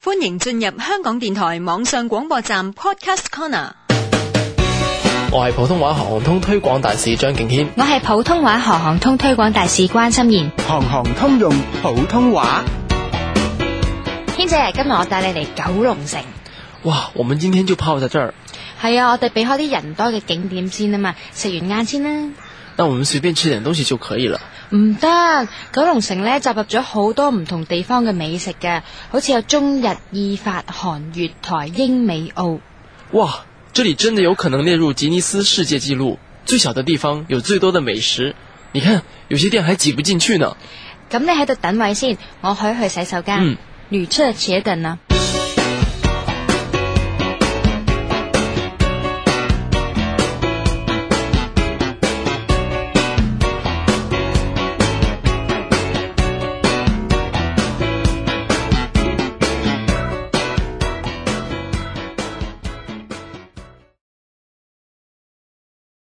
歡迎進入香港電台網上廣播站 Podcast Corner。我係普通話行行通推廣大使張敬軒。我係普通話行行通推廣大使關心妍。行行通用普通話。軒姐，今日我帶你嚟九龍城。哇，我們今天就泡在這兒。係啊，我哋避開啲人多嘅景點先啊嘛，食完晏先啦。那我們隨便吃點東西就可以了。唔得，九龍城咧集合咗好多唔同地方嘅美食嘅，好似有中日意法韓越台英美澳。哇，這裡真的有可能列入吉尼斯世界紀錄，最小的地方有最多的美食。你看，有些店還擠不進去呢。咁你喺度等位先，我可以去洗手間。嗯，女廁企一陣啊。